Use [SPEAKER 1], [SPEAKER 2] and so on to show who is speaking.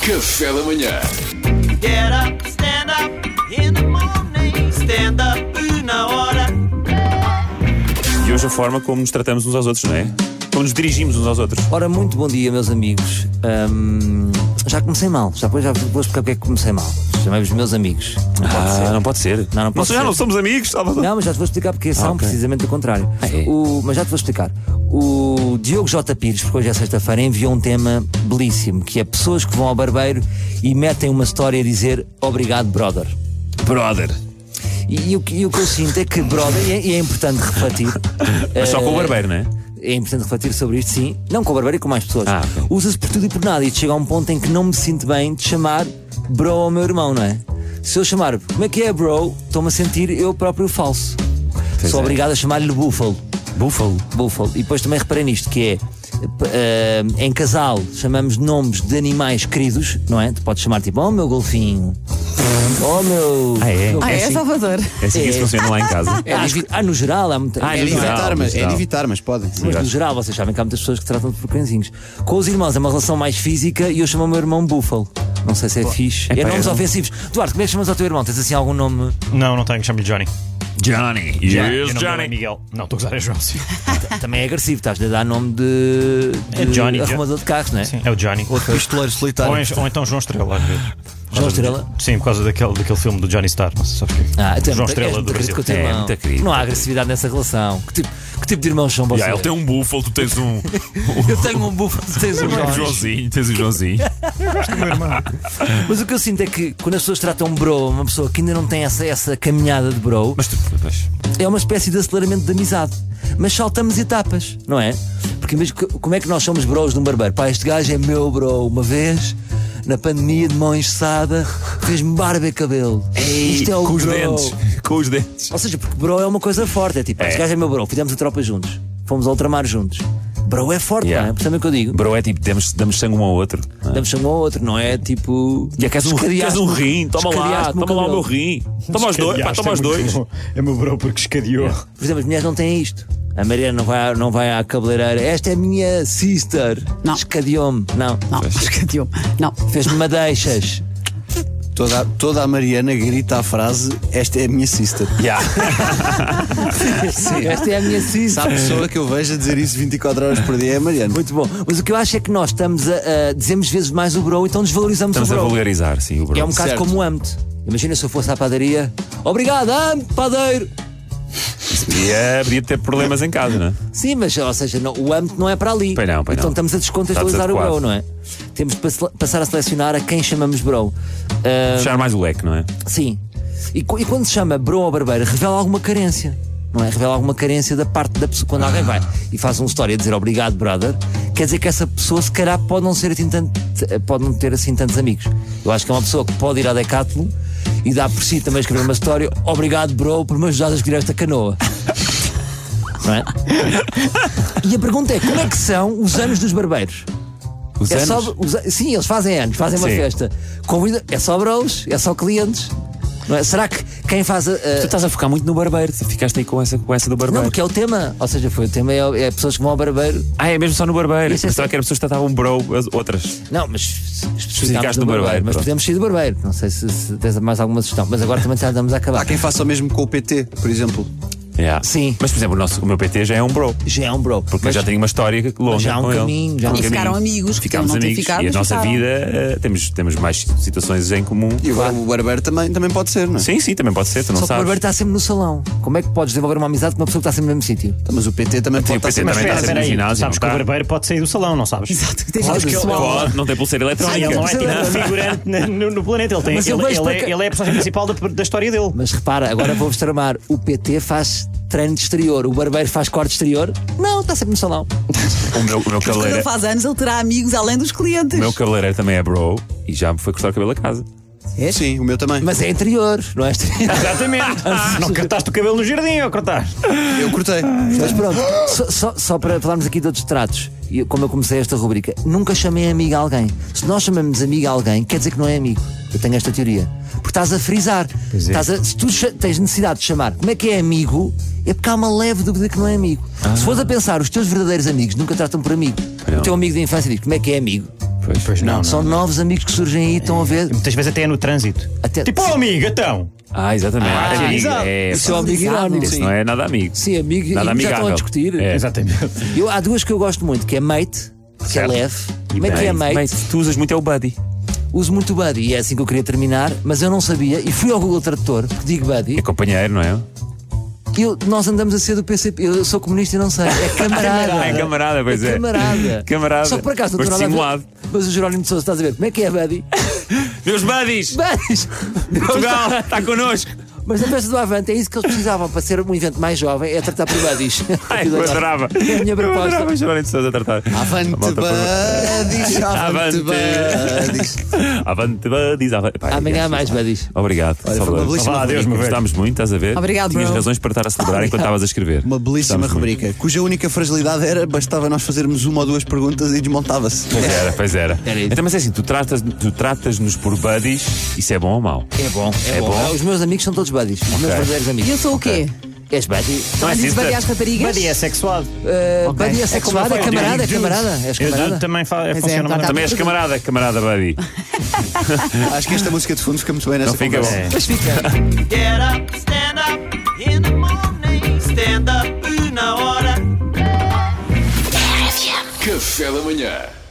[SPEAKER 1] Café da manhã.
[SPEAKER 2] Get up, stand up in the morning. Stand up na hora.
[SPEAKER 3] E hoje a forma como nos tratamos uns aos outros, não é? Como nos dirigimos uns aos outros.
[SPEAKER 4] Ora, muito bom dia, meus amigos. Ahm, já comecei mal, já depois já vou explicar porque é que comecei mal. Chamei-vos meus amigos. Não pode ser.
[SPEAKER 3] Ah, não pode ser.
[SPEAKER 4] Não, não pode
[SPEAKER 3] Nós já
[SPEAKER 4] ser.
[SPEAKER 3] não somos amigos, Salvador.
[SPEAKER 4] Não, mas já te vou explicar porque são
[SPEAKER 3] ok.
[SPEAKER 4] precisamente o contrário.
[SPEAKER 3] Ah, é?
[SPEAKER 4] O- mas já te vou explicar. O Diogo J. Pires, porque hoje é sexta-feira, enviou um tema belíssimo, que é pessoas que vão ao barbeiro e metem uma história a dizer obrigado, brother.
[SPEAKER 3] Brother.
[SPEAKER 4] E, e o, que- e o que eu sinto é que brother, e é, e é importante refletir.
[SPEAKER 3] Mas só
[SPEAKER 4] eh,
[SPEAKER 3] com o barbeiro, não é?
[SPEAKER 4] É importante refletir sobre isto, sim. Não com o barbeiro e com mais pessoas.
[SPEAKER 3] Ah, ok.
[SPEAKER 4] Usa-se por tudo e por nada. E chega a um ponto em que não me sinto bem de chamar bro ao meu irmão, não é? Se eu chamar como é que é bro, estou-me a sentir eu próprio falso. Sou
[SPEAKER 3] é.
[SPEAKER 4] obrigado a chamar-lhe búfalo.
[SPEAKER 3] Búfalo.
[SPEAKER 4] Búfalo. E depois também reparei nisto, que é. p- eh, em casal chamamos nomes de animais queridos, não é? Tu podes chamar tipo, oh meu golfinho, oh meu.
[SPEAKER 3] Ah, é?
[SPEAKER 4] meu
[SPEAKER 5] Ah, é,
[SPEAKER 4] golfinho."
[SPEAKER 5] Salvador.
[SPEAKER 3] É assim que isso
[SPEAKER 4] É.
[SPEAKER 3] funciona lá em casa.
[SPEAKER 4] Ah, acho que- ah, no geral há muita.
[SPEAKER 3] Ah,
[SPEAKER 4] no
[SPEAKER 3] é
[SPEAKER 6] É de
[SPEAKER 4] geral.
[SPEAKER 3] geral,
[SPEAKER 6] evitar, mas, é
[SPEAKER 3] geral.
[SPEAKER 6] de evitar, mas podem.
[SPEAKER 4] Mas no geral, vocês sabem que há muitas pessoas que tratam de porcãozinhos. Com os irmãos é uma relação mais física e eu chamo o meu irmão Búfalo. Não sei se é fixe. É,
[SPEAKER 3] epá,
[SPEAKER 4] nomes
[SPEAKER 3] eu não-
[SPEAKER 4] ofensivos. Duarte, como é que chamas ao teu irmão? Tens assim algum nome?
[SPEAKER 7] Não, não tenho, chamo-lhe Johnny.
[SPEAKER 3] Johnny.
[SPEAKER 7] Eu
[SPEAKER 3] Yes,
[SPEAKER 7] não me lembro,
[SPEAKER 3] Johnny.
[SPEAKER 7] Miguel. Não, estou a usar é João, sim.
[SPEAKER 4] Também é agressivo, estás-lhe a dar nome de. de
[SPEAKER 7] É Johnny,
[SPEAKER 4] Arrumador de carros, não é?
[SPEAKER 7] É o Johnny. Ou,
[SPEAKER 6] Pistoleiro solitário.
[SPEAKER 7] ou então João Estrela, às vezes.
[SPEAKER 4] João Estrela.
[SPEAKER 7] Sim, por causa daquele, daquele filme do Johnny Star, não sei se sabes o que é.
[SPEAKER 4] Ah, então é
[SPEAKER 7] João
[SPEAKER 4] muito-
[SPEAKER 7] Estrela
[SPEAKER 4] és muito
[SPEAKER 7] do
[SPEAKER 4] querido
[SPEAKER 7] Brasil.
[SPEAKER 4] com o teu
[SPEAKER 3] É,
[SPEAKER 4] irmão.
[SPEAKER 3] muito querido.
[SPEAKER 4] Não há agressividade nessa relação. Que tipo, que tipo de irmãos são vocês?
[SPEAKER 3] Yeah, ele tem um búfalo, tu tens um.
[SPEAKER 4] Eu tenho um búfalo, tu tens um
[SPEAKER 3] um
[SPEAKER 4] Johnny.
[SPEAKER 3] Joãozinho, tens o Joãozinho.
[SPEAKER 4] Mas o que eu sinto é que quando as pessoas tratam um bro, uma pessoa que ainda não tem essa, essa caminhada de bro,
[SPEAKER 3] Mas tu. Mas,
[SPEAKER 4] é uma espécie de aceleramento de amizade. Mas saltamos etapas, não é? Porque mesmo que- como é que nós somos bros de um barbeiro? Pá, este gajo é meu bro. Uma vez, na pandemia de mão encessada, fez-me barba e cabelo. Isto é o
[SPEAKER 3] com os
[SPEAKER 4] bro.
[SPEAKER 3] dentes. Com os dentes.
[SPEAKER 4] Ou seja, porque bro é uma coisa forte. É tipo, este gajo é meu bro. Fizemos a tropa juntos. Fomos ao ultramar juntos. Bro é forte,
[SPEAKER 3] Yeah.
[SPEAKER 4] não é? Percebem o que eu digo?
[SPEAKER 3] Bro, é tipo, damos, damos sangue um ao outro. não é?
[SPEAKER 4] Damos um ao outro, não é? Tipo.
[SPEAKER 3] E é, queres um, queres
[SPEAKER 4] escariaste-me.
[SPEAKER 3] um rim? Toma lá,
[SPEAKER 4] Escariaste-me
[SPEAKER 3] toma lá o
[SPEAKER 4] cabelo.
[SPEAKER 3] meu rim. Toma os dois, pá, toma os dois.
[SPEAKER 7] É meu bro porque escadeou.
[SPEAKER 4] Por exemplo, as mulheres não têm isto. A Mariana não vai, não vai à cabeleireira. Esta é a minha sister.
[SPEAKER 5] Não.
[SPEAKER 4] Escadeou-me. Não.
[SPEAKER 5] Não, acho que deu. Não.
[SPEAKER 4] Fez-me madeixas.
[SPEAKER 6] Toda, toda a Mariana grita a frase: Esta é a minha sister.
[SPEAKER 4] Esta é a minha sister.
[SPEAKER 6] Se há pessoa que eu vejo a dizer isso 24 horas por dia é a Mariana.
[SPEAKER 4] Muito bom. Mas o que eu acho é que nós estamos a, a dizemos vezes mais o bro, então desvalorizamos
[SPEAKER 3] Estamos
[SPEAKER 4] o
[SPEAKER 3] a
[SPEAKER 4] bro.
[SPEAKER 3] vulgarizar, sim, o bro.
[SPEAKER 4] é um bocado
[SPEAKER 6] Certo.
[SPEAKER 4] como o âmbito. Imagina se eu fosse à padaria. Obrigado, âmbito, padeiro.
[SPEAKER 3] Podia, é, podia ter problemas em casa, não é?
[SPEAKER 4] Sim, mas, ou seja, não- o âmbito não é para ali.
[SPEAKER 3] Pois não, pois
[SPEAKER 4] então
[SPEAKER 3] não.
[SPEAKER 4] estamos a descontextualizar
[SPEAKER 3] Está
[SPEAKER 4] o bro,
[SPEAKER 3] desadequado.
[SPEAKER 4] não é? Temos de pas- passar a selecionar a quem chamamos bro. Ah,
[SPEAKER 3] Fechar mais o leque, não é?
[SPEAKER 4] Sim. E, cu- e quando se chama bro ou barbeiro, revela alguma carência. Não é? Revela alguma carência da parte da pessoa. Quando alguém vai e faz uma história a dizer obrigado, brother, quer dizer que essa pessoa, se calhar, pode não, ser assim tanto, pode não ter assim tantos amigos. Eu acho que é uma pessoa que pode ir à Decathlon e dar por si também escrever uma história obrigado, bro, por me ajudar a escolher esta canoa. Não é? E a pergunta é: como é que são os anos dos barbeiros?
[SPEAKER 3] Os
[SPEAKER 4] É
[SPEAKER 3] anos.
[SPEAKER 4] só- os- sim, eles fazem anos, fazem uma
[SPEAKER 3] Sim.
[SPEAKER 4] festa. Convida, é só bros, é só clientes. Não é? Será que quem faz a.
[SPEAKER 3] Tu
[SPEAKER 4] a-
[SPEAKER 3] estás a focar muito no barbeiro, tu ficaste aí com essa, com essa do
[SPEAKER 4] não,
[SPEAKER 3] barbeiro.
[SPEAKER 4] porque é o tema. Ou seja, foi o tema, é, é pessoas que vão ao barbeiro.
[SPEAKER 3] Ah, é mesmo só no barbeiro.
[SPEAKER 4] Isso é
[SPEAKER 3] Pensava
[SPEAKER 4] certo.
[SPEAKER 3] que eram pessoas que tratavam um bro as outras.
[SPEAKER 4] Não, mas es- especificámos
[SPEAKER 3] Especificaste
[SPEAKER 4] do
[SPEAKER 3] do
[SPEAKER 4] barbeiro.
[SPEAKER 3] barbeiro,
[SPEAKER 4] mas
[SPEAKER 3] pronto.
[SPEAKER 4] podemos sair do barbeiro. Não sei se, se tens mais alguma sugestão, mas agora também já estamos a
[SPEAKER 6] Há
[SPEAKER 3] Ah,
[SPEAKER 4] acabar.
[SPEAKER 6] quem faça o mesmo com o PT, por exemplo.
[SPEAKER 3] Yeah.
[SPEAKER 4] Sim.
[SPEAKER 3] Mas, por exemplo, o, nosso- o meu PT já é um bro.
[SPEAKER 4] Já é um bro.
[SPEAKER 3] Porque eu
[SPEAKER 4] Mas-
[SPEAKER 3] já tenho uma história longa.
[SPEAKER 4] já há um
[SPEAKER 3] com ele.
[SPEAKER 4] caminho, já há um
[SPEAKER 3] E
[SPEAKER 5] ficaram amigos, podiam
[SPEAKER 3] Ficámos
[SPEAKER 5] não ter
[SPEAKER 3] amigos.
[SPEAKER 5] ficado,
[SPEAKER 3] e a
[SPEAKER 5] mas
[SPEAKER 3] nossa
[SPEAKER 5] ficaram.
[SPEAKER 3] vida, eh, temos, temos mais situações em comum.
[SPEAKER 6] E agora o barbeiro também, também pode ser, não é?
[SPEAKER 3] Sim, sim, também pode ser, tu não
[SPEAKER 4] Só que o
[SPEAKER 3] sabes.
[SPEAKER 4] barbeiro está sempre no salão. Como é que podes desenvolver uma amizade com uma pessoa que está sempre no mesmo sítio?
[SPEAKER 6] Então, Mas o PT também tá
[SPEAKER 3] Sim,
[SPEAKER 6] pode
[SPEAKER 3] o PT
[SPEAKER 6] estar
[SPEAKER 3] também tá está
[SPEAKER 7] Espera,
[SPEAKER 3] sempre
[SPEAKER 7] espera
[SPEAKER 3] no
[SPEAKER 7] aí.
[SPEAKER 3] ginásio.
[SPEAKER 7] Sabes que
[SPEAKER 3] não
[SPEAKER 7] o
[SPEAKER 3] está?
[SPEAKER 7] barbeiro pode sair do salão, não sabes?
[SPEAKER 5] Exato, que tens
[SPEAKER 4] Claro
[SPEAKER 5] que
[SPEAKER 4] que
[SPEAKER 5] pessoal.
[SPEAKER 3] Pode, não tem pulseira
[SPEAKER 5] Ah,
[SPEAKER 3] eletrónica.
[SPEAKER 7] Ele não é tipo um figurante na- no, no planeta, ele, tem,
[SPEAKER 4] Mas eu
[SPEAKER 7] ele,
[SPEAKER 4] vejo
[SPEAKER 7] ele
[SPEAKER 4] para
[SPEAKER 7] é,
[SPEAKER 4] que-
[SPEAKER 7] ele é a personagem principal da, da história dele.
[SPEAKER 4] Mas repara, agora vou-vos tramar. O PT faz treino de exterior, o barbeiro faz corte exterior. Não, está sempre no salão.
[SPEAKER 3] O meu, o meu
[SPEAKER 5] Mas Quando ele
[SPEAKER 3] cabeleireiro.
[SPEAKER 5] faz anos, ele terá amigos além dos clientes.
[SPEAKER 3] O meu cabeleireiro também é bro e já me foi cortar o cabelo a casa.
[SPEAKER 6] É? Sim, o meu também.
[SPEAKER 4] Mas é interior, não é exterior.
[SPEAKER 7] Exatamente. não cortaste o cabelo no jardim ou cortaste?
[SPEAKER 6] Eu cortei.
[SPEAKER 4] Mas pronto, só, só- só para falarmos aqui de outros tratos, e como eu comecei esta rubrica, nunca chamei amigo a alguém. Se nós chamamos amigo a alguém, quer dizer que não é amigo. Eu tenho esta teoria. Porque estás a frisar.
[SPEAKER 3] é.
[SPEAKER 4] Estás a- se tu cha- tens necessidade de chamar como é que é amigo, é porque há uma leve dúvida que não é amigo. Se fores a pensar, os teus verdadeiros amigos nunca tratam por amigo.
[SPEAKER 3] Ah. Não.
[SPEAKER 4] O teu amigo de infância diz como é que é amigo. Pois.
[SPEAKER 7] não, não.
[SPEAKER 4] São novos amigos que surgem aí e estão a ver.
[SPEAKER 7] Muitas vezes até é no trânsito.
[SPEAKER 4] Até-
[SPEAKER 7] Tipo, oh, amigo, então.
[SPEAKER 4] Ah, exatamente.
[SPEAKER 7] Ah,
[SPEAKER 4] amigo,
[SPEAKER 7] exato.
[SPEAKER 4] é,
[SPEAKER 6] Isso é um amigo
[SPEAKER 4] Exato.
[SPEAKER 6] irónico,
[SPEAKER 4] Esse
[SPEAKER 6] sim.
[SPEAKER 4] não
[SPEAKER 3] Não é nada amigo.
[SPEAKER 4] Sim, amigo,
[SPEAKER 3] Nada
[SPEAKER 4] e já estão a
[SPEAKER 3] amigável.
[SPEAKER 4] discutir.
[SPEAKER 3] É.
[SPEAKER 7] Exatamente.
[SPEAKER 4] Eu, há duas que eu gosto muito, que é Mate, que
[SPEAKER 3] Certo.
[SPEAKER 4] é leve. Como é que é Mate?
[SPEAKER 3] tu usas muito é o Buddy.
[SPEAKER 4] Uso muito o Buddy e é assim que eu queria terminar, mas eu não sabia e fui ao Google Tradutor, porque digo Buddy,
[SPEAKER 3] É companheiro, não é?
[SPEAKER 4] e eu- nós andamos a ser do PCP. Eu sou comunista e não sei. É camarada.
[SPEAKER 3] É camarada, pois é.
[SPEAKER 4] Camarada.
[SPEAKER 3] Camarada.
[SPEAKER 4] Só que por acaso, não
[SPEAKER 3] Mas
[SPEAKER 4] tem nada a ver-
[SPEAKER 3] simulado.
[SPEAKER 4] Mas o Jerónimo de Sousa, estás a ver? Como é que é, Buddy?
[SPEAKER 3] Meus buddies!
[SPEAKER 4] Buddies!
[SPEAKER 3] Portugal, está connosco!
[SPEAKER 4] Mas na festa do Avante é isso que eles precisavam para ser um evento mais jovem, é tratar por Buddies.
[SPEAKER 3] Ai, eu adorava.
[SPEAKER 4] É a minha
[SPEAKER 3] Eu adorava
[SPEAKER 4] proposta.
[SPEAKER 3] Jerónimo de Sousa a tratar.
[SPEAKER 6] Avante
[SPEAKER 3] A malta
[SPEAKER 6] buddies, avante
[SPEAKER 3] Avante.
[SPEAKER 6] buddies.
[SPEAKER 3] por- Avante buddies. avante- Pá, é assim.
[SPEAKER 4] Amanhã há mais Buddies.
[SPEAKER 3] Obrigado.
[SPEAKER 6] Olha, foi uma
[SPEAKER 3] Saudades.
[SPEAKER 6] belíssima
[SPEAKER 3] Olá, adeus,
[SPEAKER 6] rubrica.
[SPEAKER 3] meu velho. Gostámos muito, estás a ver?
[SPEAKER 5] Obrigado,
[SPEAKER 3] Tinhas
[SPEAKER 5] bro.
[SPEAKER 3] razões para estar a celebrar enquanto estavas a escrever.
[SPEAKER 6] Uma belíssima
[SPEAKER 3] Gostámos muito.
[SPEAKER 6] rubrica, cuja única fragilidade era bastava nós fazermos uma ou duas perguntas e desmontava-se.
[SPEAKER 3] Pois era, pois era.
[SPEAKER 4] Era isso.
[SPEAKER 3] então, mas é assim, tu tratas- tu tratas-nos por buddies, isso é bom ou mau?
[SPEAKER 4] É bom,
[SPEAKER 3] É bom.
[SPEAKER 4] Os meus amigos são todos buddies. Os meus verdadeiros
[SPEAKER 5] E
[SPEAKER 4] amigos.
[SPEAKER 5] eu sou o quê?
[SPEAKER 4] És buddy?
[SPEAKER 3] Não é
[SPEAKER 5] Mas isso
[SPEAKER 3] sister?
[SPEAKER 5] varia às raparigas?
[SPEAKER 7] Buddy é sexuado.
[SPEAKER 4] Uh, Buddy é sexuado, é
[SPEAKER 7] Eu
[SPEAKER 4] camarada, é
[SPEAKER 7] digo
[SPEAKER 4] camarada.
[SPEAKER 7] dude.
[SPEAKER 4] És
[SPEAKER 7] Eu digo
[SPEAKER 4] camarada.
[SPEAKER 7] Também fa-
[SPEAKER 5] Pois é,
[SPEAKER 7] funciona.
[SPEAKER 5] então
[SPEAKER 7] uma-
[SPEAKER 5] tá.
[SPEAKER 3] Também és camarada, camarada buddy.
[SPEAKER 6] Acho que esta música de fundo fica muito bem nessa
[SPEAKER 3] Não fica
[SPEAKER 6] conversa.
[SPEAKER 3] bom.
[SPEAKER 4] Mas fica.
[SPEAKER 2] Get up, stand up in the morning. Stand up, una hora.
[SPEAKER 1] Café da manhã.